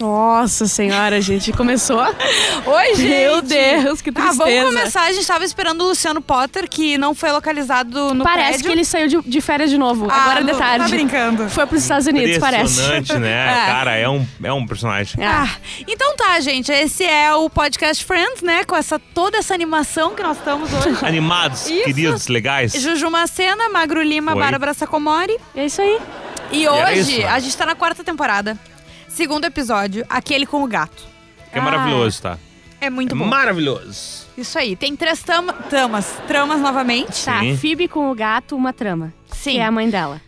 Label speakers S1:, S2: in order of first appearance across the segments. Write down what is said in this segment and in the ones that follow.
S1: Nossa senhora, gente, começou? Oi, gente! Meu Deus, que
S2: Ah,
S1: tristeza.
S2: vamos começar. A gente tava esperando o Luciano Potter, que não foi localizado no
S3: Parece
S2: prédio.
S3: que ele saiu de, de férias de novo,
S2: Ah,
S3: agora é de
S2: não, Tá
S3: tarde.
S2: brincando.
S3: Foi pros Estados Unidos, parece.
S4: Impressionante, né?
S2: É.
S4: Cara, é um, é um personagem.
S3: É.
S2: Ah, então tá, gente. Esse é o podcast Friends, né? Com essa toda essa animação que nós estamos hoje.
S4: Animados,
S2: Isso.
S4: queridos, legais.
S2: Juju Macena, Magro Lima,
S4: Oi.
S2: Bárbara Sacomori.
S3: É isso aí.
S2: E
S4: era
S2: hoje
S4: isso, né?
S2: a gente tá na quarta temporada. Segundo episódio, aquele com o gato.
S4: Que é maravilhoso, tá?
S2: É muito
S4: É
S2: bom.
S4: maravilhoso.
S2: Isso aí. Tem três tama- tamas, tramas novamente.
S3: Tá,
S4: Sim.
S3: Phoebe com o gato, uma trama.
S2: Sim.
S3: Que é a mãe dela.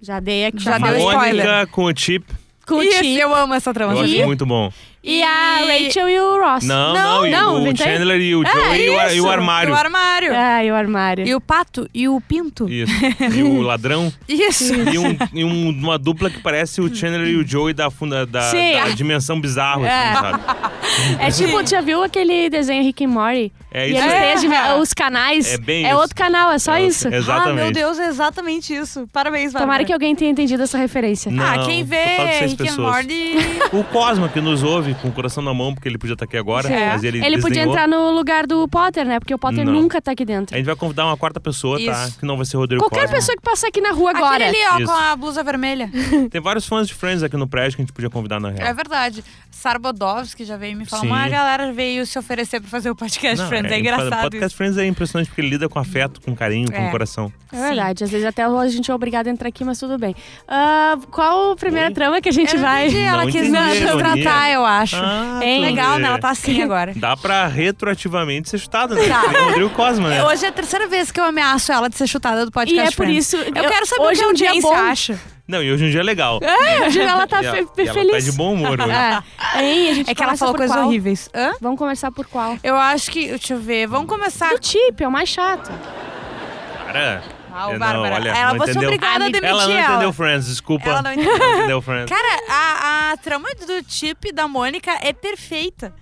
S3: Já dei aqui.
S2: Já deu spoiler.
S4: Mônica com o Chip.
S3: Com o
S2: Isso,
S3: Chi.
S2: eu amo essa trama.
S4: Eu
S2: gente.
S4: acho muito bom.
S3: E a Rachel e o Ross.
S4: Não,
S2: Não,
S4: não, e
S3: não,
S4: o
S3: inventei.
S4: Chandler e o Joey e, o, ar- e o
S2: Isso,
S4: armário.
S2: O armário.
S3: Ah, e o armário.
S2: E o pato e o pinto.
S4: Isso. E o ladrão.
S2: Isso.
S4: E, um- e um- uma dupla que parece o Chandler e o Joey da, funda, da,
S3: Sim.
S4: da dimensão bizarro, assim, sabe?
S3: É tipo, tu já viu aquele desenho Rick and Morty?
S4: É
S3: e
S4: isso
S3: eles
S4: aí.
S3: têm as diver- os canais.
S4: É bem
S3: é
S4: isso.
S3: outro canal, é só
S4: É,
S3: isso.
S4: Exatamente.
S2: Ah, meu Deus, é exatamente isso. Parabéns, Bárbara.
S3: Tomara que alguém tenha entendido essa referência.
S4: Não,
S2: Ah, quem vê
S4: total de seis
S2: Rick and
S4: pessoas.
S2: Morty...
S4: O Cosma, que nos ouve com o coração na mão, porque ele podia estar aqui agora,
S2: Sim.
S4: mas ele
S3: podia
S4: desdenhou.
S3: entrar no lugar do Potter, né? Porque o Potter
S4: Não.
S3: nunca tá aqui
S4: A
S3: dentro.
S4: gente vai convidar uma quarta pessoa, tá?
S2: Isso.
S4: Que não vai ser o Rodrigo
S3: Qualquer
S4: Cosma.
S3: pessoa que passar aqui na rua agora.
S2: Aquele ali, ó,
S4: Isso.
S2: com a blusa vermelha.
S4: Tem vários fãs de Friends aqui no prédio que a gente podia convidar na real.
S2: É verdade. Sarbodovski já veio me falar.
S4: Sim.
S2: Uma galera veio se oferecer pra fazer o podcast Friends. É, engraçado
S4: O podcast Friends é impressionante porque ele lida com afeto, com carinho, com
S2: É.
S4: coração.
S3: É verdade, às vezes até a gente é obrigado a entrar aqui, mas tudo bem. Ah, qual a primeira trama que a gente
S2: isso. Eu não
S3: vai.
S2: entendi, ela
S4: Não
S2: quis
S4: entendi,
S2: nos
S4: ironia.
S2: tratar, eu acho.
S4: Ah,
S3: Hein?
S4: tu
S2: Legal,
S4: vê.
S2: né? Ela tá assim agora.
S4: Dá pra retroativamente ser chutado, né?
S2: Tá.
S4: Tem o Rodrigo Cosma, né?
S2: Hoje é a terceira vez que eu ameaço ela de ser chutada do
S3: E é
S2: podcast
S3: por
S2: Friends.
S3: isso.
S2: Eu quero saber
S3: hoje
S2: o que a
S3: é um dia
S2: audiência
S3: bom.
S2: acha.
S4: Não, e hoje em dia é legal.
S3: É, hoje ela tá
S4: E ela,
S3: fe-
S4: e ela tá
S3: feliz.
S4: de bom humor hoje.
S3: É. Hein, a gente
S2: É que ela
S3: começa
S2: falou
S3: por
S2: coisas
S3: qual?
S2: horríveis. Hã?
S3: Vamos conversar por qual?
S2: Eu acho que. Deixa eu ver. Vamos começar.
S3: Do Tip, é o mais chato.
S4: Cara,
S2: Ah, o
S4: não,
S2: Bárbara.
S4: olha,
S2: ela
S4: não
S2: vai ser
S4: entendeu.
S2: obrigada a
S3: Amiga-
S2: demitir
S4: Ela não entendeu Friends, desculpa.
S2: Ela não
S4: entendeu, Friends.
S2: Cara, a, a trama do Chip e da Mônica é perfeita.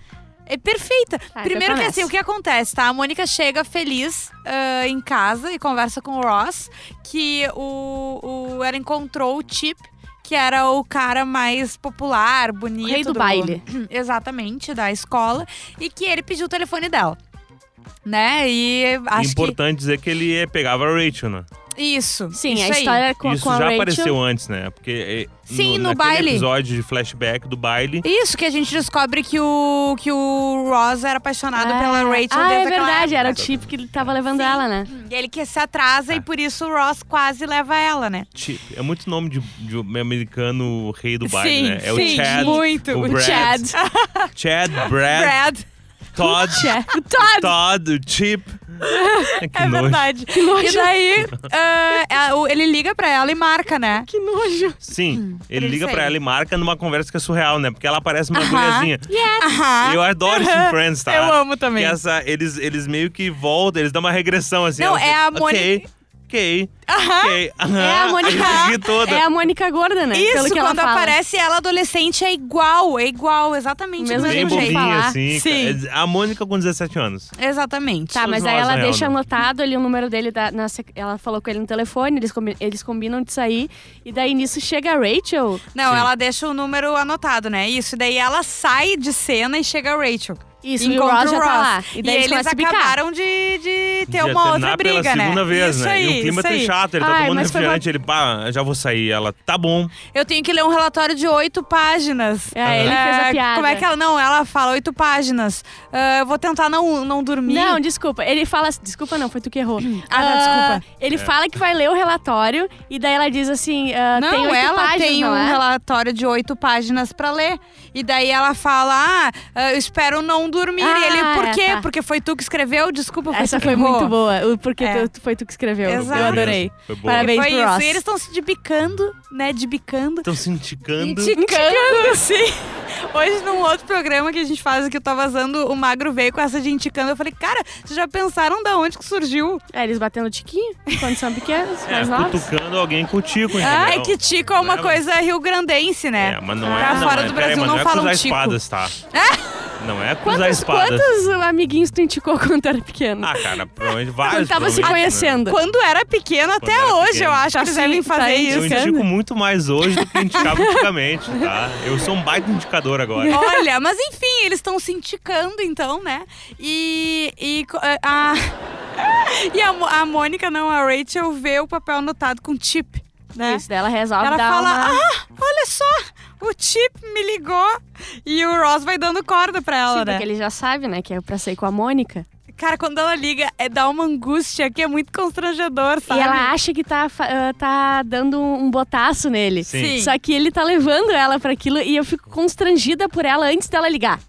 S2: É perfeita.
S3: então
S2: Primeiro que
S3: começa.
S2: assim, o que acontece, tá? A Mônica chega feliz ah, em casa e conversa com o Ross que o, o- ela encontrou o Chip, que era o cara mais popular, bonito.
S3: Rei do baile.
S2: Exatamente, da escola. E que ele pediu o telefone dela. Né? E acho
S4: Importante dizer que ele eh, pegava a Rachel, né?
S2: que. Isso.
S3: Sim,
S2: isso
S3: a
S2: aí.
S3: história com, a-
S4: Isso
S3: com a
S4: já
S3: Rachel.
S4: apareceu antes, né? Porque eh,
S2: Sim, no
S4: naquele
S2: baile.
S4: episódio de flashback do baile,
S2: Isso, que a gente descobre que o, que o Ross era apaixonado
S3: Ah,
S2: pela Rachel
S3: ah,
S2: desde
S3: é
S2: aquela
S3: verdade, era o
S2: época.
S3: Chip que tava levando ela, né?
S2: E ele que se
S4: É.
S2: atrasa e por isso o Ross quase leva ela, né?
S4: Chip, é muito nome de, de um americano rei do baile,
S2: Sim,
S4: né? É
S2: sim,
S4: o Chad,
S2: muito.
S4: o
S2: O
S4: Brad,
S3: Chad.
S4: Chad, Brad,
S2: Brad,
S4: Todd,
S3: Chad. Todd.
S4: Todd, o Chip. Que
S2: é
S4: nojo.
S2: verdade. E daí, ah, é, o- ele liga pra ela e marca, né?
S3: Que nojo.
S4: Sim, ele
S2: isso
S4: liga pra
S2: aí.
S4: ela e marca numa conversa que é surreal, né? Porque ela parece uma
S2: Aham. Ah.
S4: guriazinha.
S2: Aham.
S4: Eu adoro isso em Friends, tá?
S2: Eu amo também.
S4: Que essa, eles, eles meio que voltam, eles dão uma regressão assim.
S2: Não,
S4: elas-
S2: é a
S4: Ok,
S2: Mônica- Ah,
S4: ok, ok. aham.
S3: É a Mônica.
S4: Eu segui toda.
S3: É a Mônica gorda, né? Pelo
S2: Isso,
S3: que ela
S2: quando
S3: fala.
S2: aparece ela adolescente é igual, é igual, exatamente
S3: Mesmo
S2: do
S4: Bem
S2: mesmo
S3: jeito.
S2: jeito.
S4: bobinha,
S3: falar.
S4: assim.
S2: Sim.
S4: cara. A Mônica com 17 anos.
S2: Exatamente.
S3: Tá,
S4: Somos
S3: mas aí
S4: nós,
S3: ela
S4: na
S3: deixa
S4: real, né?
S3: anotado ali o número dele. Da, na sec- ela falou com ele no telefone, eles, combi- eles combinam de sair. E daí nisso chega a Rachel.
S2: Não,
S4: Sim.
S2: ela deixa o número anotado, né? Isso, e daí ela sai de cena e chega a Rachel.
S3: Isso, e o
S2: encontra
S3: Ross já tá lá. E
S2: E,
S3: daí
S2: eles
S3: começam a bicar.
S2: acabaram de, de ter
S4: Já
S2: é uma outra
S4: terminar
S2: briga,
S4: pela
S2: né?
S4: segunda vez,
S2: isso
S4: né?
S2: Aí,
S4: e o clima
S2: isso
S4: é
S2: aí.
S4: tão chato, ele
S3: Ai,
S4: tá tomando
S3: mas foi uma-
S4: refrigerante, ele, pá, já vou sair. Ela, tá bom.
S2: Eu tenho que ler um relatório de oito páginas.
S3: É, ele fez a piada.
S2: Como é que ela... Não, ela fala oito páginas. Ah, eu vou tentar não, não dormir.
S3: Não, desculpa. Ele fala. assim, Desculpa, não, foi tu que errou.
S2: Ah, tá, desculpa.
S4: É.
S3: Ele fala que vai ler o relatório e daí ela diz assim: ah,
S2: Não,
S3: tem oito
S2: ela
S3: páginas,
S2: tem
S3: não
S2: um
S3: é?
S2: relatório de oito páginas pra ler. E daí ela fala, ah, ah, eu espero não dormir. e ele,
S3: Ah,
S2: por
S3: é,
S2: quê?
S3: tá.
S2: Porque foi tu que escreveu? Desculpa, foi
S3: Essa
S2: tu que
S3: foi
S2: errou."
S3: muito boa, o- porque
S2: É.
S3: tu- foi tu que escreveu.
S2: Exato.
S3: Eu adorei.
S4: Foi boa.
S3: Parabéns.
S2: Foi
S3: pro
S2: isso.
S3: Ross.
S2: E eles estão se debicando, né? Debicando.
S4: Estão se indicando.
S2: Indicando, sim. Hoje, num outro programa que a gente faz aqui, eu tava vazando, o Magro veio com essa de indicando. Eu falei, cara, vocês já pensaram da onde que surgiu?
S3: É, eles batendo tiquinho quando são pequenos,
S4: É,
S3: mais novos.
S4: cutucando alguém com o tico, entendeu?
S2: Ah, é que Tico é uma
S4: Não.
S2: coisa rio-grandense, né?
S4: É, mas não
S2: Pra
S4: é. não,
S2: fora
S4: é-
S2: do
S4: peraí,
S2: Brasil
S4: mas
S2: não
S4: é
S2: falam
S4: cruzar
S2: tico.
S4: espadas, tá? Não é cruzar
S3: Quantos,
S4: espadas.
S3: quantos amiguinhos tu indicou quando era pequeno?
S4: Ah, cara, provavelmente
S3: quando
S4: vários.
S3: tava se
S4: provavelmente, né?
S3: conhecendo.
S2: Quando era pequeno, até
S4: era
S2: hoje,
S4: pequeno.
S2: eu acho que eles
S3: Assim,
S2: devem fazer
S3: tá
S4: Eu
S2: isso.
S3: indicando.
S4: indico muito mais hoje do que indicava antigamente, tá? Eu sou um baita indicador agora.
S2: Olha, mas enfim, eles estão se indicando então, né? E, e co- eh, a, e a, Mo- a Mônica, não, a Rachel, vê o papel anotado com chip, né?
S3: Isso, daí ela resolve
S2: Ela
S3: dar
S2: fala,
S3: uma...
S2: ah, olha só, o Chip me ligou. E o Ross vai dando corda pra ela,
S3: Sim,
S2: né?
S3: porque ele já sabe, né, que eu pra sair com a Mônica.
S2: Cara, quando ela liga, é, dá uma angústia que é muito constrangedor, sabe?
S3: E ela acha que tá, fa- ah, tá dando um botaço nele.
S4: Sim.
S3: Só que ele tá levando ela pra aquilo e eu fico constrangida por ela antes dela ligar.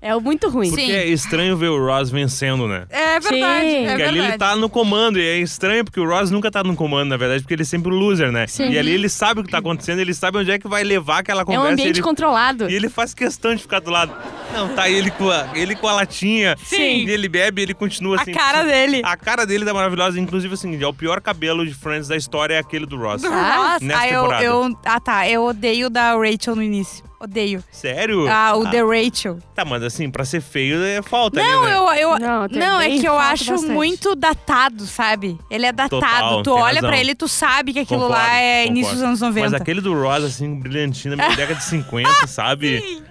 S3: É muito ruim.
S4: Porque
S2: Sim.
S4: é estranho ver o Ross vencendo, né?
S2: É verdade,
S3: Sim.
S2: é
S4: Porque ali
S2: verdade.
S4: ele tá no comando, e é estranho, porque o Ross nunca tá no comando, na verdade, porque ele é sempre o loser, né?
S3: Sim.
S4: E ali ele sabe o que tá acontecendo, ele sabe onde é que vai levar aquela
S3: É um
S4: conversa. e
S3: ambiente
S4: ele...
S3: controlado.
S4: E ele faz questão de ficar do lado. Não, tá ele com a, ele com a latinha.
S2: Sim.
S4: E ele bebe e ele continua assim.
S2: a cara dele.
S4: A cara dele tá maravilhosa. Inclusive, assim, é o pior cabelo de Friends da história é aquele do Ross.
S2: Do
S3: Ah,
S2: Ross.
S4: nessa
S2: Ah, eu,
S4: temporada.
S2: eu- ah, tá. Eu odeio o da Rachel no início. Odeio.
S4: Sério?
S2: Ah, o The Rachel.
S4: Tá, mas assim, pra ser feio é falta
S2: Não,
S4: ali, né?
S2: eu, eu-
S3: Não, tem
S2: não, é
S3: bem
S2: que eu
S3: falta
S2: acho
S3: bastante.
S2: muito datado, sabe? Ele é datado.
S4: Total,
S2: tu
S4: tem
S2: olha
S4: razão.
S2: pra ele, tu sabe que aquilo
S4: Concordo,
S2: lá é início
S4: concordo.
S2: dos anos 90.
S4: Mas aquele do Ross, assim, brilhantina, meio década de
S2: Ah,
S4: 50, sabe?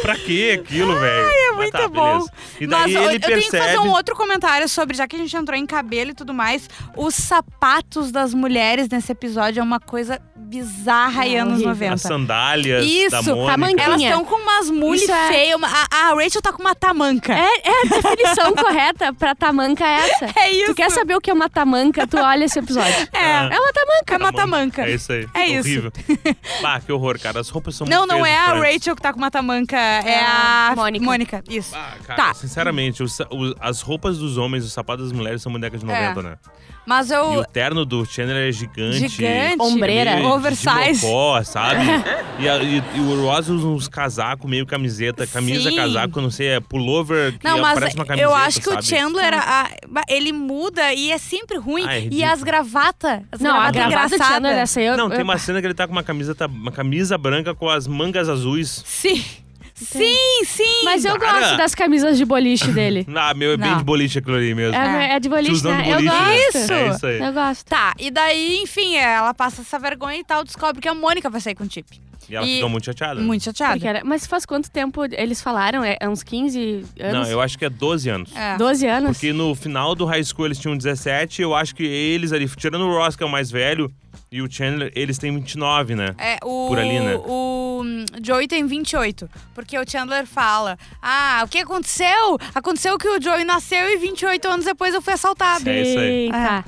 S4: Pra que aquilo, velho? Ai, é
S2: muito bom.
S4: E
S2: Mas
S4: daí
S2: eu-
S4: ele
S2: eu tenho que
S4: percebe...
S2: fazer um outro comentário sobre, já que a gente entrou em cabelo e tudo mais, os sapatos das mulheres nesse episódio é uma coisa bizarra e
S3: É
S2: anos
S3: horrível.
S2: 90.
S4: As sandálias da
S2: Isso,
S4: Mônica.
S3: tamanquinha.
S2: Elas estão com umas mule
S3: Isso é-
S2: feias. uma- A, a Rachel tá com uma tamanca.
S3: É, é a definição correta pra tamanca é essa.
S2: É isso.
S3: Tu quer saber o que é uma tamanca? Tu olha esse episódio.
S2: É,
S3: É uma tamanca.
S2: é uma tamanca.
S4: É isso aí.
S2: É isso.
S4: Horrível. Bah, que horror, cara. As roupas são
S2: Não,
S4: muito
S2: não é
S4: feias
S2: a
S4: do Friends.
S2: Rachel que tá com uma tamanca, é a
S3: Mônica.
S2: Mônica, isso.
S4: Ah, cara,
S2: Tá.
S4: sinceramente, os sa- os- as roupas dos homens e os sapatos das mulheres são muito década de
S2: É.
S4: 90, né?
S2: Mas
S4: E
S2: eu
S4: o terno do Chandler é gigante.
S2: Gigante.
S3: Ombreira.
S4: meio de
S2: Oversize.
S4: mocó, sabe? e, a- e- e o Ross usa uns casacos, meio camiseta. Camisa,
S2: Sim.
S4: casaco, não sei, é pullover, que
S2: Não, mas
S4: parece uma camiseta,
S2: eu acho que
S4: sabe?
S2: o Chandler,
S3: Hum.
S2: a- a- ele muda e é sempre ruim.
S4: Ah, é
S2: e
S4: ridículo.
S2: as gravatas, as
S3: Não, a
S2: gravatas
S3: gravata do
S2: engraçadas.
S3: Chandler, é essa aí eu...
S4: Não, tem
S3: eu-
S4: uma cena que ele tá com uma camiseta, uma camisa branca com as mangas azuis.
S2: Sim. Sim, sim.
S3: Mas eu
S4: Cara.
S3: gosto das camisas de boliche dele.
S4: Ah, meu, é bem
S2: Não.
S4: de boliche aquilo ali mesmo.
S3: É, é de boliche,
S4: Tiozão
S3: né?
S4: de
S3: eu
S4: boliche, né?
S3: gosto.
S4: É isso aí.
S3: Eu gosto.
S2: Tá, e daí, enfim, ela passa essa vergonha e tal, descobre que a Mônica vai sair com o Chip.
S4: E ela
S2: E-
S4: ficou muito chateada. né?
S2: Muito chateada.
S3: Porque era- Mas faz quanto tempo eles falaram? É é uns 15 anos?
S4: Não, eu acho que é 12 anos.
S2: É.
S3: 12 anos?
S4: Porque no final do High School eles tinham 17, eu acho que eles ali, tirando o Ross, que é o mais velho, e o Chandler, eles têm 29, né?
S2: É, o,
S4: Por ali, né?
S2: o hum, Joey tem 28, porque o Chandler fala: Ah, o que aconteceu? Aconteceu que o Joey nasceu e 28 anos depois eu fui assaltado.
S4: É isso aí.
S3: Eita.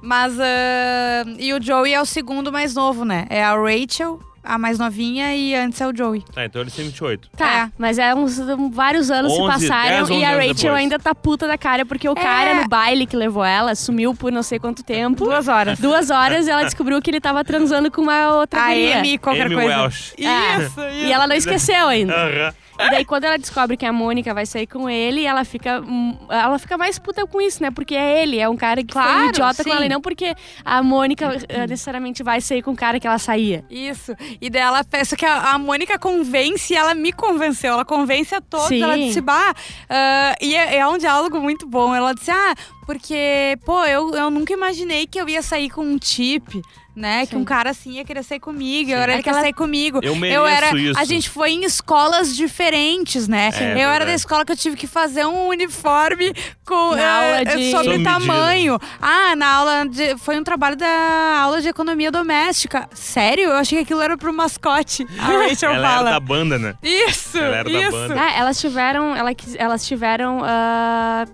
S2: Mas. ah, e o Joey é o segundo mais novo, né? É a Rachel, a mais novinha, e antes é o Joey.
S4: Tá, então eles têm 28.
S3: Tá,
S2: É.
S3: mas é uns um, vários anos
S4: 11,
S3: se passaram
S4: 10,
S3: e
S4: 11
S3: a
S4: anos
S3: Rachel
S4: depois.
S3: ainda tá puta da cara porque o cara no baile que levou ela sumiu por não sei quanto tempo.
S2: Duas horas.
S3: Duas horas e ela descobriu que ele tava transando com uma outra
S2: A
S3: guria.
S2: Amy, qualquer
S4: Amy
S2: coisa.
S4: Welsh.
S3: É.
S2: né? Isso, isso.
S3: E ela não esqueceu ainda.
S4: Aham.
S3: E daí quando ela descobre que a Mônica vai sair com ele, ela fica, hum, ela fica mais puta com isso, né? Porque é ele, é um cara que foi um
S2: Claro,
S3: idiota com
S2: sim.
S3: ela e não porque a Mônica eh, necessariamente vai sair com o cara que ela saía.
S2: Isso. E daí ela peça que a, a Mônica convence e ela me convenceu. Ela convence a todos.
S3: Sim.
S2: Ela disse, bah. ah, e é, é um diálogo muito bom. Ela disse, ah, porque, pô, eu, eu nunca imaginei que eu ia sair com um tip, né? Que
S3: Sim.
S2: um cara assim ia querer sair comigo.
S4: Sim.
S2: Agora
S3: É
S2: ele
S3: que
S2: quer
S3: ela-
S2: sair comigo.
S4: Eu mereço
S2: era.
S4: isso.
S2: A gente foi em escolas diferentes, né?
S4: Sim.
S2: eu
S4: É,
S2: era
S4: verdade.
S2: da escola que eu tive que fazer um uniforme com
S3: Na aula
S2: eh,
S3: de-
S2: sobre
S4: Sob medida.
S2: tamanho. Ah, na aula de, foi um trabalho da aula de economia doméstica. Sério? Eu achei que aquilo era pro mascote. A Rachel
S4: Ela era
S2: fala.
S4: da banda, né?
S2: Isso,
S4: Ela era da
S2: isso.
S4: banda.
S3: Ah, elas tiveram, ela quis- elas tiveram ah,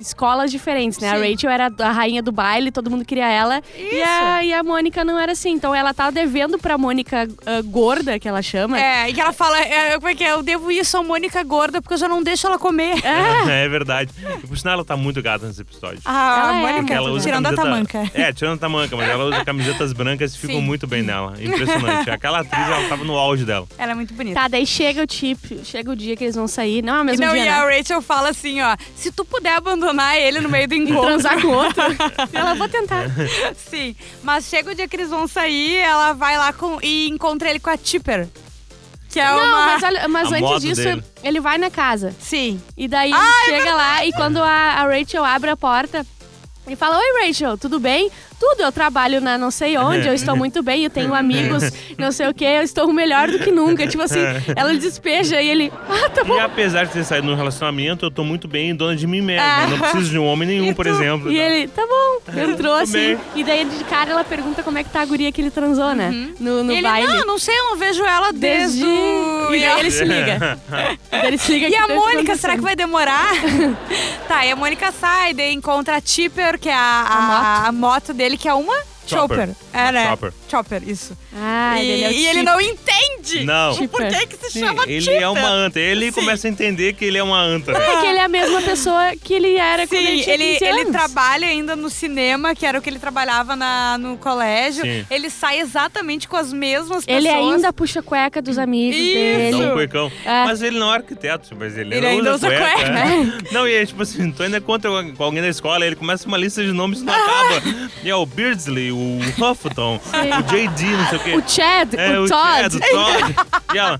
S3: escolas diferentes, né? A
S2: Sim.
S3: Rachel era a rainha do baile, todo mundo queria ela. E a, e a Mônica não era assim. Então ela tá devendo pra Mônica ah, gorda, que ela chama.
S2: É, e que ela fala, é, como é que é? Eu devo isso à Mônica gorda, porque eu já não deixo ela comer.
S4: É verdade. E por sinal, ela tá muito gata nesse episódio.
S2: A
S3: Ela é,
S2: Mônica,
S4: Porque ela
S2: Ah,
S4: usa
S2: tá tirando a
S4: camiseta-
S2: tamanca.
S4: É, tirando a tamanca, mas ela usa camisetas brancas e ficam
S2: Sim.
S4: muito bem nela. Impressionante. Aquela atriz, ela tava no auge dela.
S2: Ela é muito bonita.
S3: Tá, daí chega o tip, chega o dia que eles vão sair. Não é o mesmo
S2: Não,
S3: dia,
S2: e
S3: né?
S2: a Rachel fala assim, ó, se tu puder abandonar ele no meio do
S3: E
S2: encontro,
S3: transar com outro. ela, vou tentar.
S2: Sim, mas chega o dia que eles vão sair, ela vai lá com, e encontra ele com a Tipper. que é
S3: Não,
S2: uma.
S3: mas, olha, mas
S4: A moda
S3: antes disso,
S4: dele.
S3: ele vai na casa.
S2: Sim.
S3: E daí ele
S2: Ah, é
S3: chega lá e quando a, a Rachel abre a porta e fala: Oi, Rachel, tudo bem? Tudo, eu trabalho na não sei onde, eu estou muito bem, eu tenho amigos, não sei o quê, eu estou melhor do que nunca. Tipo assim,
S2: É.
S3: ela despeja e ele. Ah, tá bom.
S4: E apesar de ter saído num relacionamento, eu tô muito bem, dona de mim mesma.
S2: Ah.
S4: Eu Não preciso de um homem nenhum, por exemplo. né?
S3: E ele, tá bom, entrou
S4: Tudo
S3: assim.
S4: bem.
S3: E daí de cara ela pergunta como é que tá a guria que ele transou, né? No, no
S2: Uhum. ele,
S3: baile.
S2: não, não sei, eu não vejo ela desde.
S3: Desde-
S2: o-
S3: E daí ele se liga. Daí ele se liga
S2: E
S3: que
S2: a
S3: tá
S2: Mônica,
S3: acontecendo.
S2: será que vai demorar? tá, e a Mônica sai, daí encontra a Tipper, que é a, a- a moto dele, que é uma
S4: Chopper.
S2: Chopper. É, né?
S4: Chopper.
S2: Chopper, isso.
S3: Ah,
S2: e,
S3: ele é o
S2: e ele
S3: tipo.
S2: não entende
S4: Não.
S2: o porquê que se chama
S4: Ele
S2: Tipper.
S4: é uma anta. Ele
S2: Sim.
S4: começa a entender que ele é uma anta.
S3: É que ele é a mesma pessoa que ele era quando ele
S2: Sim,
S3: tinha
S2: ele,
S3: 15
S2: ele
S3: anos.
S2: trabalha ainda no cinema, que era o que ele trabalhava na, no colégio.
S4: Sim.
S2: Ele sai exatamente com as mesmas
S3: Ele
S2: pessoas.
S3: ainda puxa cueca dos amigos
S2: Isso.
S4: Dá
S3: dele.
S4: um cuecão.
S3: É.
S4: Mas ele não é arquiteto, mas ele,
S2: Ele ainda usa cueca.
S4: é. Não, e é tipo assim, tu ainda conta com alguém da escola, ele começa uma lista de nomes que não acaba. E é o Beardsley, o Huffleton, o JD, não sei o quê.
S3: O Chad,
S4: É,
S3: o
S4: Chad,
S3: Todd.
S4: o Todd. E ela,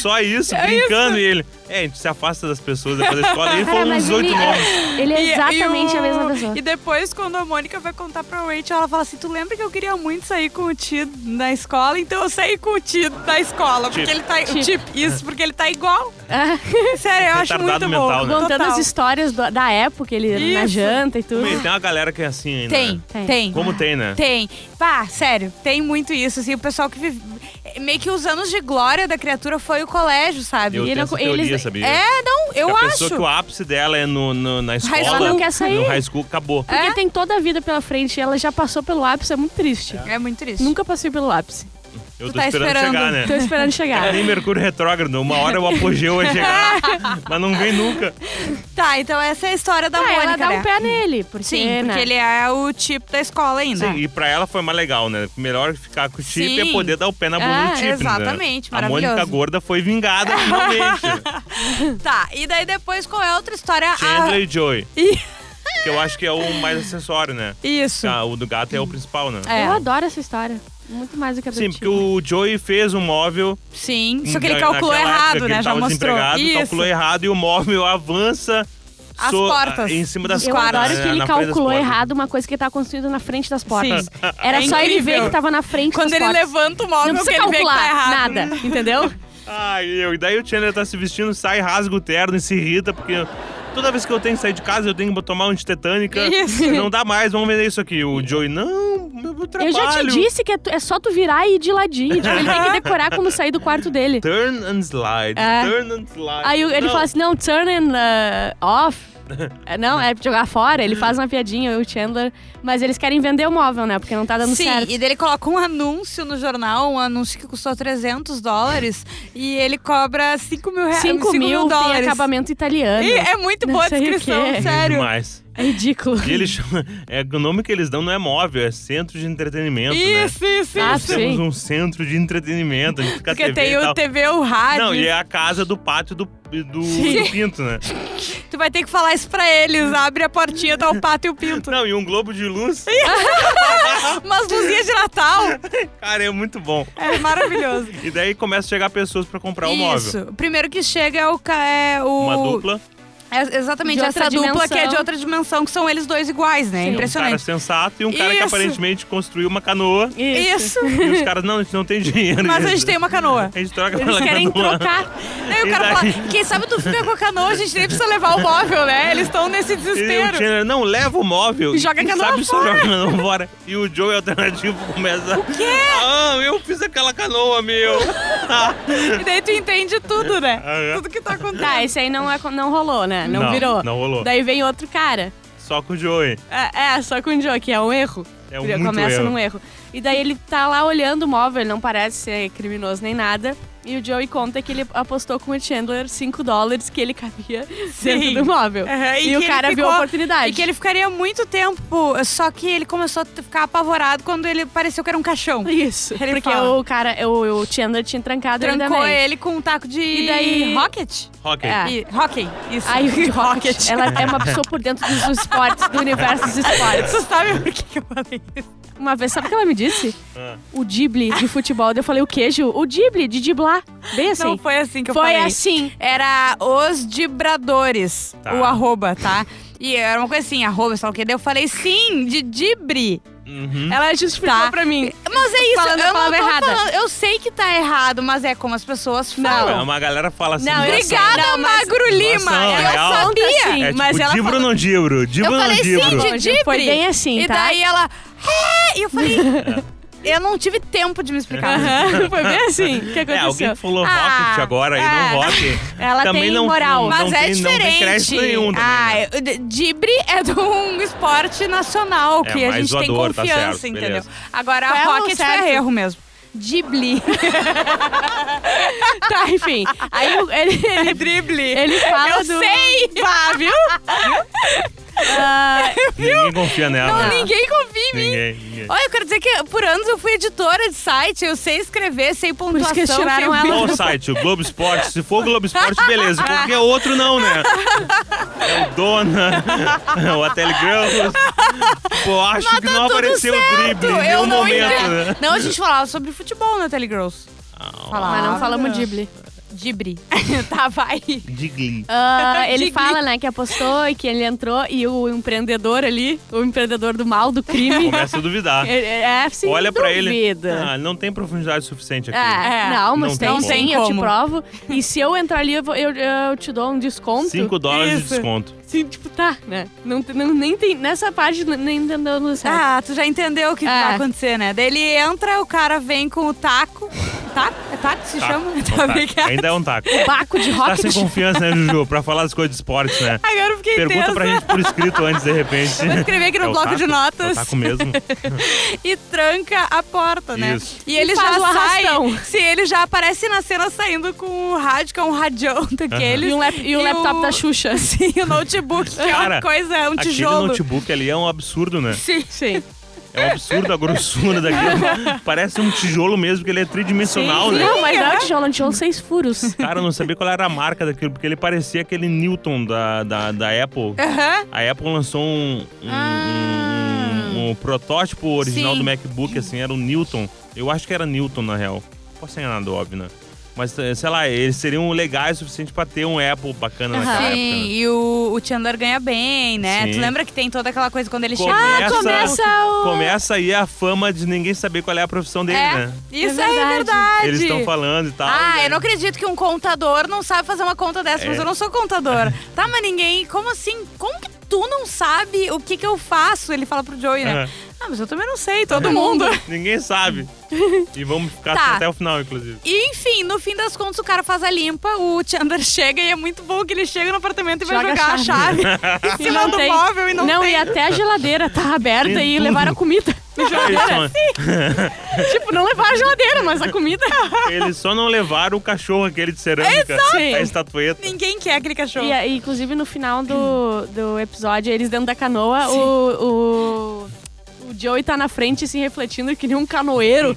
S4: só isso, brincando. E ele, é, a gente se afasta das pessoas depois da escola. E ele
S3: Cara,
S4: falou uns
S3: Ah, mas
S4: oito
S3: ele,
S4: nomes.
S3: ele é
S2: E- e
S3: exatamente
S2: o-
S3: a mesma pessoa.
S2: E depois, quando a Mônica vai contar pra Rachel, ela fala assim: Tu lembra que eu queria muito sair com o Tid na escola? Então eu saí com o Tid na escola. Porque
S4: Chip.
S2: ele tá.
S3: Chip.
S2: Chip, isso, porque ele tá igual.
S3: Ah,
S2: Sério, eu acho muito
S4: Retardado
S2: bom.
S4: mental, né?
S3: Contando
S2: Total.
S3: as histórias do- da época, ele na
S2: Isso.
S3: janta e tudo.
S4: Tem uma galera que é assim ainda.
S2: Tem,
S4: né?
S3: Tem.
S2: tem.
S4: Como tem, né?
S2: Tem. Pá, sério, tem muito isso. Assim, o pessoal que vive. Meio que os anos de glória da criatura foi o colégio, sabe?
S4: Eu
S3: E ele
S4: tenho
S3: não-
S4: essa teoria,
S3: eles-
S4: sabia?
S2: É, não, eu
S4: a
S2: acho.
S4: pessoa que o ápice dela é no, no- na escola.
S2: school. Ela
S3: não quer sair.
S4: No high school, acabou.
S2: É?
S3: Porque tem toda a vida pela frente e ela já passou pelo ápice, é muito triste.
S2: É muito triste.
S3: Nunca passei pelo ápice.
S4: Eu
S2: Tu
S4: tô
S2: tá
S4: esperando,
S2: esperando.
S4: chegar, né?
S3: Tô esperando chegar.
S4: Nem Mercúrio retrógrado, uma hora o apogeu vai chegar, mas não vem nunca.
S2: Tá, então essa é a história da
S3: Ah,
S2: Mônica.
S3: ela dá
S2: né?
S3: um pé nele, porque,
S2: Sim,
S3: né?
S2: porque ele é o tipo da escola ainda.
S4: Sim, e pra ela foi mais legal, né? Melhor ficar com o chip
S2: Sim.
S4: é poder dar o pé na bunda
S3: Ah,
S4: do chip. né?
S2: exatamente,
S4: A Mônica
S2: maravilhoso.
S4: gorda foi vingada finalmente.
S2: Tá, e daí depois qual é a outra história?
S4: Chandler e Joey.
S2: Ih.
S4: Que eu acho que é o mais acessório, né?
S2: Ah, isso.
S4: Ah, o do gato é o principal, né?
S2: É.
S3: Eu adoro essa história. Muito mais do que a do
S4: Sim,
S3: tio.
S4: porque o Joey fez um móvel
S2: Sim, só que ele
S4: Na-
S2: calculou
S4: naquela época
S2: errado,
S4: que
S2: né?
S4: Ele
S2: Já
S4: tava
S2: mostrou.
S4: desempregado,
S2: Isso.
S4: calculou errado e o móvel avança
S2: As portas
S4: em cima das
S2: dos
S3: Eu
S4: portas,
S3: adoro
S2: quartos.
S4: né,
S3: que ele
S4: na frente das
S3: calculou
S4: portas.
S3: errado uma coisa que tá construída na frente das portas.
S2: Sim.
S3: Era
S2: É
S3: só ele
S2: incrível.
S3: ver que tava na frente
S2: Quando
S3: das
S2: ele
S3: portas.
S2: levanta o
S3: Não
S2: móvel, que
S3: precisa
S2: ele vê que tá
S3: calcular
S2: errado.
S3: nada, entendeu?
S4: Ai, eu. E daí o Chandler tá se vestindo, sai, rasga o terno e se irrita, porque toda vez que eu tenho que sair de casa, eu tenho que tomar antitetânica.
S2: Isso.
S4: Não dá mais, vamos vender isso aqui. O Joey, não, meu trabalho.
S3: Eu já te disse que é, tu- é só tu virar e ir de ladinho. Tipo, ele tem que decorar como sair do quarto dele.
S4: Turn and slide,
S3: É.
S4: turn and slide.
S3: Aí o- ele
S4: Não.
S3: fala assim, não, turn and, uh, off. É, Não, é jogar fora, ele faz uma piadinha, o Chandler. Mas eles querem vender o móvel, né? Porque não tá dando
S2: Sim,
S3: certo.
S2: e daí ele coloca um anúncio no jornal, um anúncio que custou 300 dólares, e ele cobra 5 mil reais.
S3: 5
S2: tá, cinco
S3: mil tem
S2: dólares.
S3: acabamento italiano.
S2: E é muito boa a
S3: Não sei o
S2: descrição,
S3: quê.
S2: sério.
S4: Demais.
S3: É ridículo.
S4: E ele chama. É, o nome que eles dão não é móvel, é centro de entretenimento, né?
S2: Isso, isso,
S3: Ah,
S2: isso.
S3: sim.
S4: Temos um centro de entretenimento. a gente fica
S2: Porque
S4: TV e
S2: tem o
S4: tal.
S2: TV, o rádio.
S4: tá- Não, e é a casa do pátio do, do, do Pinto, né?
S2: Tu vai ter que falar isso pra eles. Abre a portinha, tá o pato e o pinto.
S4: Não, e um globo de luz.
S2: Umas luzinhas de Natal.
S4: Cara, é muito bom.
S2: É maravilhoso.
S4: E daí começa a chegar pessoas pra comprar o móvel.
S2: Isso. O primeiro que chega é o. ca- É o
S4: Uma dupla, um
S2: É exatamente,
S3: De outra
S2: essa dupla que é de
S3: dimensão.
S2: outra dimensão, que são eles dois iguais, né?
S3: Sim.
S4: um cara
S2: Impressionante.
S4: sensato e um cara que
S2: Isso.
S4: aparentemente construiu uma canoa.
S2: Isso.
S4: E os caras, não, a gente não tem dinheiro.
S2: Mas a gente tem uma canoa.
S4: A gente troca
S3: Eles
S4: pela
S3: querem
S4: canoa.
S3: trocar.
S2: Aí o
S4: E
S2: cara
S4: daí-
S2: fala, quem sabe tu fica com a canoa, a gente nem precisa levar o móvel, né? Eles estão nesse
S4: E o
S2: desespero.
S4: Chandler, não, leva o móvel.
S2: E joga a
S4: Quem
S2: canoa
S4: sabe só joga a canoa fora. E o Joey alternativo começa... O quê? Ah, eu fiz aquela canoa, meu.
S2: E daí tu entende tudo, né?
S4: Aham.
S2: Tudo que tá acontecendo.
S3: Tá, esse aí não, é- não rolou, né? Não,
S4: Não,
S3: virou.
S4: não rolou.
S3: Daí vem outro cara.
S4: Só com o Joey.
S3: É, é, só com o Joe, que é um erro.
S4: É um
S3: Ele
S4: muito
S3: Começa
S4: erro.
S3: num erro. E daí ele tá lá olhando o móvel, ele não parece ser criminoso nem nada. E o Joey conta que ele apostou com o Chandler 5 dólares que ele cabia dentro
S2: Sim.
S3: do móvel.
S2: Aham,
S3: e
S2: que
S3: o
S2: ele
S3: cara viu a
S2: ficou-
S3: oportunidade.
S2: E que ele ficaria muito tempo, só que ele começou a t- ficar apavorado quando ele pareceu que era um caixão.
S3: Isso.
S2: Ele
S3: porque
S2: fala.
S3: o cara, o, o Chandler tinha trancado ele
S2: Trancou
S3: também.
S2: ele com um taco de...
S3: E daí-
S2: Rocket?
S4: Rocket.
S3: É.
S2: E- hockey, isso.
S3: Aí o Rocket, ela é uma pessoa por dentro dos esportes, do universo dos esportes.
S2: Tu sabe por que que eu falei isso?
S3: uma vez, sabe o que ela me disse?
S4: Ah.
S3: O Dible de futebol. Daí eu falei, o queijo? O Dible de diblar. Bem assim.
S2: Não foi assim que eu
S3: foi
S2: falei.
S3: assim.
S2: Era os Dibradores,
S4: Tá.
S2: o arroba, tá? E era uma coisa assim, arroba, sei lá o que. Daí eu falei, sim, de Dibre.
S4: Uhum.
S3: Ela justificou
S2: Tá.
S3: pra mim.
S2: Mas é isso,
S3: Falando a
S2: eu não
S3: palavra
S2: tô
S3: errada.
S2: falando. Eu sei que tá errado, mas é como as pessoas falam.
S4: Uma galera fala assim.
S3: Não,
S4: nossa,
S2: Obrigada,
S3: Não, mas- assim.
S2: Magro Lima.
S4: Nossa,
S2: eu
S4: real.
S2: sabia.
S3: Sim,
S4: É tipo,
S3: mas ela
S4: dibro
S3: falou-
S4: não dibro, dibro
S2: Eu
S4: não
S2: falei,
S4: dibro.
S2: sim, de dibre.
S3: Foi bem assim,
S2: E
S3: tá?
S2: daí ela. É! E eu falei. Eu não tive tempo de me explicar.
S4: Uhum.
S3: Aham, foi bem assim que
S4: É,
S3: aconteceu.
S4: alguém falou
S2: Ah,
S4: rocket agora e
S2: é.
S4: não rock.
S3: Ela
S4: também
S3: tem
S4: não-
S3: moral.
S4: não-
S2: Mas é
S4: tem- tem
S2: diferente.
S4: crédito nenhum também,
S2: ah,
S4: né?
S2: eu- d- Dibre é de um esporte nacional
S4: É,
S2: que a
S4: mais
S2: gente tem
S4: zoador, tá
S2: confiança,
S4: certo,
S2: entendeu?
S4: beleza.
S2: Agora
S3: Qual é o
S2: a Rocket
S3: certo?
S2: foi erro mesmo.
S3: Dibli. tá, enfim. Aí o- ele, ele,
S2: Drible.
S3: ele fala
S2: Eu
S3: do...
S2: sei!
S3: Pá, viu? Ah,
S4: Ninguém confia nela.
S2: Não,
S4: né?
S2: ninguém confia em mim.
S4: Ninguém, ninguém.
S2: Olha, eu quero dizer que por anos eu fui editora de site, eu sei escrever, sei pontuação.
S3: isso que eles tiraram
S2: sei-
S3: ela.
S4: Qual o site? O Globo Esporte? Se for o Globo Esporte, beleza. Qualquer outro, não, né? É o Dona, é o Telegram. Pô, acho que não apareceu o drible em nenhum
S2: Eu não
S4: um momento,
S2: entendo.
S4: né?
S2: Não, a gente falava sobre futebol na Telegirls.
S3: mas não falamos Dibli.
S2: Dibri. Ah, tá, vai.
S4: Digli.
S3: Ah, ele
S2: Dibli.
S3: fala, né, que apostou e que ele entrou e o empreendedor ali, o empreendedor do mal, do crime,
S4: Começa a duvidar.
S3: ele- é assim,
S4: Olha pra ele.
S3: duvida.
S4: Ah, não tem profundidade suficiente aqui.
S3: É, não, mas
S4: Não
S3: tem,
S4: tem
S3: sim,
S2: como.
S3: eu te provo. E se eu entrar ali, eu, vou- eu, eu te dou um desconto.
S4: 5 dólares de
S3: Isso.
S4: desconto.
S3: Sim, tipo, tá, né? Não, não, nem tem, nessa parte nem tá entendendo certo.
S2: Ah, tu já entendeu o que
S3: É.
S2: vai acontecer, né? Daí ele entra, o cara vem com o taco. Taco? É taco que se
S4: Taco,
S2: chama?
S4: é um
S2: Tá
S4: taco.
S2: ligado?
S4: Ainda é um taco.
S3: Baco de
S4: Tá sem
S3: rocket.
S4: confiança, né, Juju? Pra falar as coisas de esportes, né?
S2: Agora eu fiquei
S4: Pergunta
S2: tensa.
S4: pra gente por escrito antes, de repente.
S2: Eu vou escrever aqui no
S4: É o
S2: bloco
S4: taco?
S2: de notas.
S4: É o taco mesmo.
S2: E tranca a porta, né?
S4: Isso.
S2: E ele
S3: E
S2: já
S3: faz o
S2: sai.
S3: arrastão.
S2: Se ele já aparece na cena saindo com o rádio, que é um radião daqueles.
S3: E, um lap- e o
S2: E
S3: laptop
S2: o-
S3: da Xuxa. assim,
S2: Sim, o notebook, que é
S4: Cara,
S2: uma coisa, é um
S4: Aquele
S2: tijolo.
S4: notebook ali é um absurdo, né?
S2: Sim.
S3: Sim.
S4: É um absurdo a grossura daquilo. Parece um tijolo mesmo, que ele é tridimensional, né?
S3: Não, mas não é um tijolo, é um tijolo seis furos.
S4: Cara, eu não sabia qual era a marca daquilo, porque ele parecia aquele Newton da, da, da Apple.
S2: Aham.
S4: A Apple lançou um, um, um- um protótipo original
S2: Ah. Sim.
S4: do MacBook, assim, era o Newton. Eu acho que era Newton, na real. Posso ser enganado, óbvio, né? Mas, eh, sei lá, eles seriam legais o suficiente pra ter um Apple bacana naquela época.
S2: Sim,
S4: né?
S2: e o, o Chandler ganha bem, né?
S4: Sim.
S2: Tu lembra que tem toda aquela coisa quando ele chega.
S4: Começa- Ah,
S3: Começa o...
S4: Começa aí a fama de ninguém saber qual é a profissão dele,
S2: É,
S4: né?
S2: isso
S3: É
S2: é verdade.
S3: verdade.
S4: Eles estão falando e tal.
S2: Ah,
S4: e
S2: eu não acredito que um contador não sabe fazer uma conta dessa, mas
S4: É.
S2: eu não sou contador. tá, mas ninguém. Como assim? Como que tu não sabe o que, que eu faço? Ele fala pro Joey, né?
S4: Aham.
S2: Ah, mas eu também não sei, todo
S4: É.
S2: mundo.
S4: Ninguém sabe. E vamos ficar
S2: Tá.
S4: assim até o final, inclusive.
S2: E, enfim, no fim das contas, o cara faz a limpa, o Chandler chega e é muito bom que ele chega no apartamento e vai
S3: Joga a
S2: jogar a chave, em
S3: E
S2: cima
S3: não
S2: do
S3: tem-
S2: móvel e não,
S3: Não,
S2: tem.
S3: e até a geladeira tá aberta
S4: Tem
S3: e
S4: tudo.
S3: levaram a comida.
S4: Eles só,
S3: tipo, não levaram a geladeira, mas a comida.
S4: eles só não levaram o cachorro aquele de cerâmica,
S3: Sim.
S4: a estatueta.
S2: Ninguém quer aquele cachorro.
S3: E, e, inclusive, no final do, do episódio, eles dentro da canoa, o, o, o Joey tá na frente, assim, refletindo que nem um canoeiro.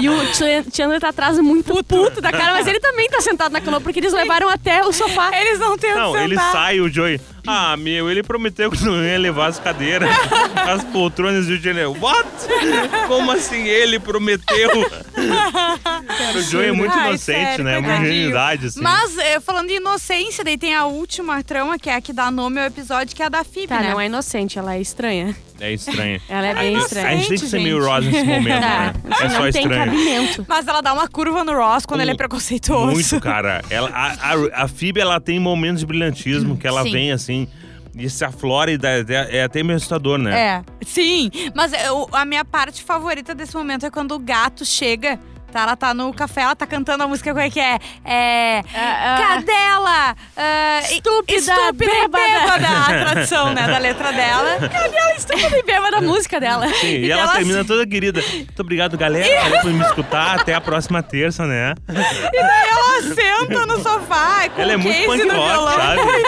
S3: e o Chan- Chandler tá atrás muito puto. da cara, mas ele também tá sentado na canoa, porque eles levaram até o sofá.
S4: É,
S2: Eles não têm
S4: Não,
S2: onde
S4: ele
S2: sentar.
S4: sai, o Joey. Ah, meu, ele prometeu que não ia levar as cadeiras, as poltronas e o Joey. What? Como assim ele prometeu? Cara, o Joey é muito
S2: Ai,
S4: inocente,
S2: sério,
S4: né? É uma
S2: coitadinho.
S4: ingenuidade, assim.
S2: Mas, eh, falando de inocência, daí tem a última trama, que é a que dá nome ao episódio, que é a da Phoebe,
S3: Tá,
S2: né?
S3: não é inocente, ela é estranha.
S4: É estranho.
S3: Ela é bem estranha.
S4: A gente tem que ser meio
S2: gente.
S4: Rosa nesse momento, né? É
S3: não
S4: só
S3: tem
S4: estranho.
S3: cabimento.
S2: Mas ela dá uma curva no Ross quando
S4: Um-
S2: ele é preconceituoso.
S4: Muito, cara. Ela, a, a, a Phoebe, ela tem momentos de brilhantismo que ela
S2: Sim.
S4: vem assim e se aflora e dá, é até meio assustador, né?
S2: É, sim. Mas eu- a minha parte favorita desse momento é quando o gato chega, tá? Ela tá no café, ela tá cantando a música, como é que é? É... Cadela! ah, e-
S3: Ah. Estúpida,
S2: estúpida e
S3: bêbada.
S2: bêbada! A tradução, né, da letra dela.
S3: Ela estúpida e bêbada da música dela.
S4: é. Sim, e,
S2: E Então
S4: ela,
S2: ela
S4: termina toda querida. Muito obrigado, galera, valeu por me escutar. Até a próxima terça, né?
S2: E daí ela senta no sofá com
S4: Ela é
S2: o
S4: muito
S2: case
S4: punk
S2: no
S4: rock,
S2: violão.
S4: sabe?
S2: Muito.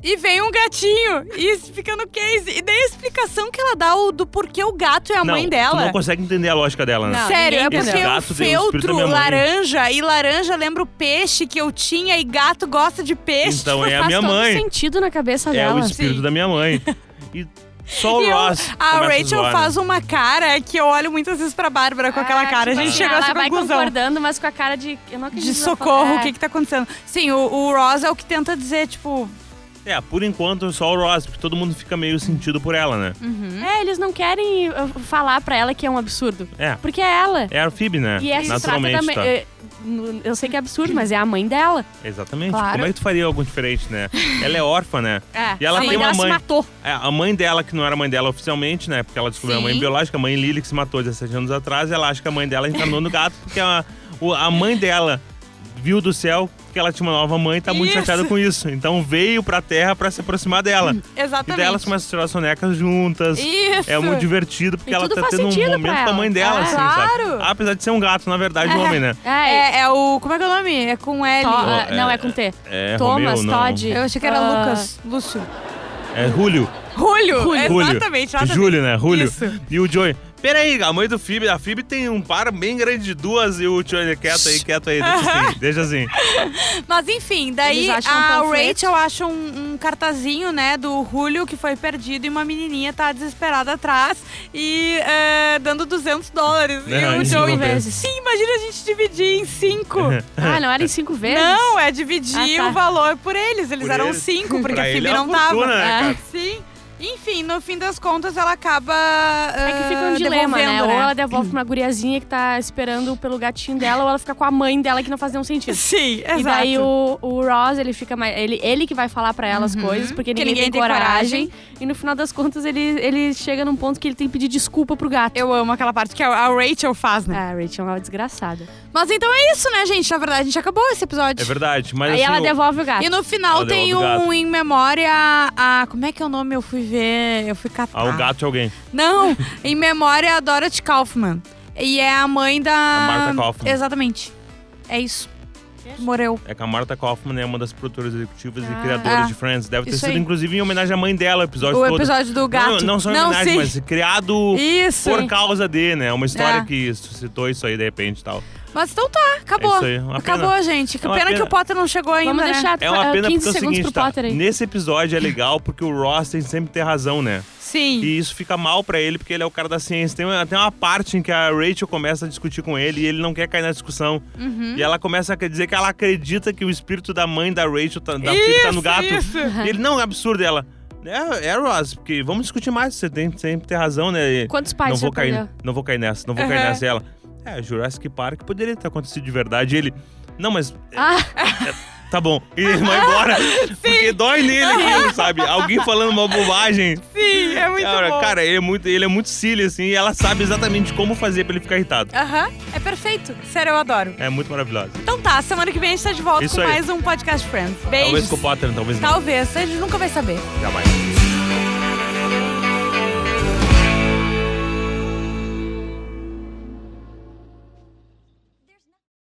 S2: E vem um gatinho e fica no case. E daí a explicação que ela dá o- do porquê o gato é a
S4: não,
S2: mãe
S4: Tu
S2: dela.
S4: não consegue entender a lógica dela, né?
S3: Não.
S2: Sério, é
S3: ninguém
S2: porque
S4: entendeu.
S2: o
S4: Gato tem o espírito da
S2: feltro
S4: minha mãe.
S2: laranja e laranja lembra o peixe que eu tinha e gato gosta de peixe.
S4: Então é a
S3: Faz
S4: minha
S3: todo
S4: mãe.
S3: sentido na cabeça
S4: É
S3: dela.
S4: o espírito da minha mãe. E Só o
S2: E eu-
S4: Ross.
S2: a
S4: começa
S2: Rachel
S4: zoar, né?
S2: faz uma cara que eu olho muitas vezes pra Bárbara com aquela cara. A gente chegou a
S3: Ah, tipo assim, ela
S2: essa
S3: vai
S2: conclusão.
S3: concordando, mas com a cara de. Eu não acredito
S2: De
S3: que ela falou-
S2: socorro, o
S3: É.
S2: que que tá acontecendo? Sim, o, o Ross é o que tenta dizer, tipo...
S4: É, por enquanto só o Ross, porque todo mundo fica meio sentido por ela, né?
S2: Hum.
S3: É, eles não querem uh, falar pra ela que é um absurdo.
S4: É.
S3: Porque é ela.
S4: É a Phoebe, né?
S3: E essa se trata da.
S4: Naturalmente,
S3: mãe-
S4: tá?
S3: eh, n- Eu sei que é absurdo, mas é a mãe dela.
S4: Exatamente.
S3: Claro.
S4: Como é que tu faria algo diferente, né? Ela é órfã, né?
S2: É,
S4: E ela
S3: a mãe
S4: tem uma
S3: dela
S4: mãe.
S3: se matou.
S4: É, a mãe dela, que não era mãe dela oficialmente, né? Porque ela descobriu
S2: Sim.
S4: a mãe biológica, a mãe Lily, que se matou 17 anos atrás. Ela acha que a mãe dela encarnou no gato, porque a, o- a mãe dela viu do céu que ela tinha uma nova mãe e tá muito
S2: Isso.
S4: chateada com isso. Então veio pra terra pra se aproximar dela. E
S2: Exatamente.
S4: daí elas começam a tirar sonecas juntas.
S2: Isso.
S4: É muito divertido, porque
S3: E
S4: ela
S3: tudo
S4: tá
S3: faz
S4: tendo um
S3: sentido pra
S4: momento com a
S3: ela.
S4: mãe dela,
S3: É.
S4: assim,
S2: Claro.
S4: sabe? Apesar de ser um gato, na verdade, um homem, né?
S3: É,
S2: É, é o... Como é que é o nome? É com L.
S3: To-
S4: Ó,
S3: ah, não,
S4: é-
S3: é com T.
S4: É
S3: Thomas,
S4: Romeu, não.
S3: Todd.
S2: Eu achei que era
S3: Ah.
S2: Lucas. Lúcio.
S4: É Julio.
S2: Julio.
S4: Julio.
S2: Exatamente. exatamente.
S4: Júlio, né? Julio.
S2: Isso.
S4: E o Joey. Peraí, a mãe do Phoebe, a Phoebe tem um par bem grande de duas e o Johnny, quieto aí, quieto aí, deixa assim, deixa assim.
S2: Mas enfim, daí
S3: Eles acham
S2: a
S3: um panfleto.
S2: Rachel acha um, um cartazinho, né, do Julio que foi perdido e uma menininha tá desesperada atrás e é, dando 200 dólares.
S4: Não,
S2: e o
S4: isso
S2: Joey,
S4: não tem.
S2: sim, imagina a gente dividir em cinco.
S3: Ah, não era em cinco vezes?
S2: não, é dividir
S3: Ah, tá.
S2: o valor por eles. Eles
S4: Por
S2: eram
S4: eles.
S2: cinco, porque
S4: Pra
S2: a
S4: ele
S2: Phoebe
S4: é uma
S2: não tava.
S4: fortuna, né,
S2: É.
S4: cara?
S2: Sim. Enfim, no fim das contas, ela acaba. eh,
S3: É que fica um dilema, né?
S2: devolvendo,
S3: Ou ela devolve pra uma guriazinha que tá esperando pelo gatinho dela, ou ela fica com a mãe dela que não faz nenhum sentido.
S2: Sim, exato.
S3: E daí o, o Ross, ele fica mais. Ele, ele que vai falar pra ela as coisas, porque Uhum. ninguém, tem, coragem. E no final das contas, ele, ele chega num ponto que ele tem que pedir desculpa pro gato.
S2: Eu amo aquela parte que a- a Rachel faz, né?
S3: Ah, Rachel é uma desgraçada.
S2: Mas então é isso, né, gente? Na verdade, a gente acabou esse episódio.
S4: É verdade, mas
S3: Aí
S4: assim,
S3: ela
S4: o-
S3: devolve o gato.
S2: E no final
S4: Ela
S2: tem
S4: devolve o
S2: um
S4: gato.
S2: em memória a. Como é que é o nome? Eu fui ver. Eu fui catar.
S4: ah, o gato de alguém.
S2: Não! em memória a Dorothy Kaufman. E é a mãe da.
S4: A Martha Kaufman.
S2: Exatamente. É isso. Morreu.
S4: É que a Martha Kaufman é uma das produtoras executivas e criadoras
S2: Ah.
S4: de Friends. Deve ter
S2: Isso
S4: sido,
S2: aí.
S4: inclusive, em homenagem à mãe dela, o episódio
S2: O
S4: todo.
S2: episódio do
S4: Não,
S2: gato.
S4: Não, só em homenagem,
S2: sim.
S4: mas tipo, criado
S2: Isso.
S4: por causa dele, né? É uma história
S2: É.
S4: que suscitou isso aí, de repente, e tal.
S2: Mas então tá, acabou.
S4: É isso aí, uma
S2: acabou,
S4: pena.
S2: gente. Que
S4: É uma
S2: pena, que
S4: pena.
S2: o Potter não chegou ainda.
S3: Vamos
S2: né?
S3: deixar
S4: É uma
S3: ah,
S4: pena
S3: 15
S4: porque é o
S3: segundos
S4: seguinte,
S3: pro
S4: tá?
S3: Potter aí.
S4: Nesse episódio é legal porque o Ross tem sempre ter razão, né?
S2: Sim.
S4: E isso fica mal pra ele, porque ele é o cara da ciência. Tem uma, tem uma parte em que a Rachel começa a discutir com ele e ele não quer cair na discussão.
S3: Uhum.
S4: E ela começa a dizer que ela acredita que o espírito da mãe da Rachel, tá, da filha, tá no gato.
S2: isso.
S4: E ele, não, é absurdo. E ela, é, é Ross, porque vamos discutir mais, você tem sempre ter razão, né? E
S3: Quantos pais
S4: não
S3: você
S4: vou cair,
S3: aprendeu?
S4: Não vou cair nessa, não vou
S2: Uhum.
S4: cair nessa. E ela, é, Jurassic Park poderia ter acontecido de verdade. E ele, não, mas
S3: Ah,
S4: tá bom. E ele vai embora. Porque dói nele aquilo, sabe? Alguém falando uma bobagem.
S2: Sim, é muito
S4: Cara,
S2: bom.
S4: cara, ele é muito, ele é muito silly, assim, e ela sabe exatamente como fazer pra ele ficar irritado.
S2: Aham, é perfeito. Sério, eu adoro.
S4: É muito maravilhoso.
S2: Então tá, semana que vem a gente tá de volta
S4: Isso
S2: com
S4: aí. É
S2: mais um Podcast Friends. Beijos.
S4: Talvez né? com o Potter, talvez não.
S2: Talvez, a gente nunca vai saber.
S4: Jamais.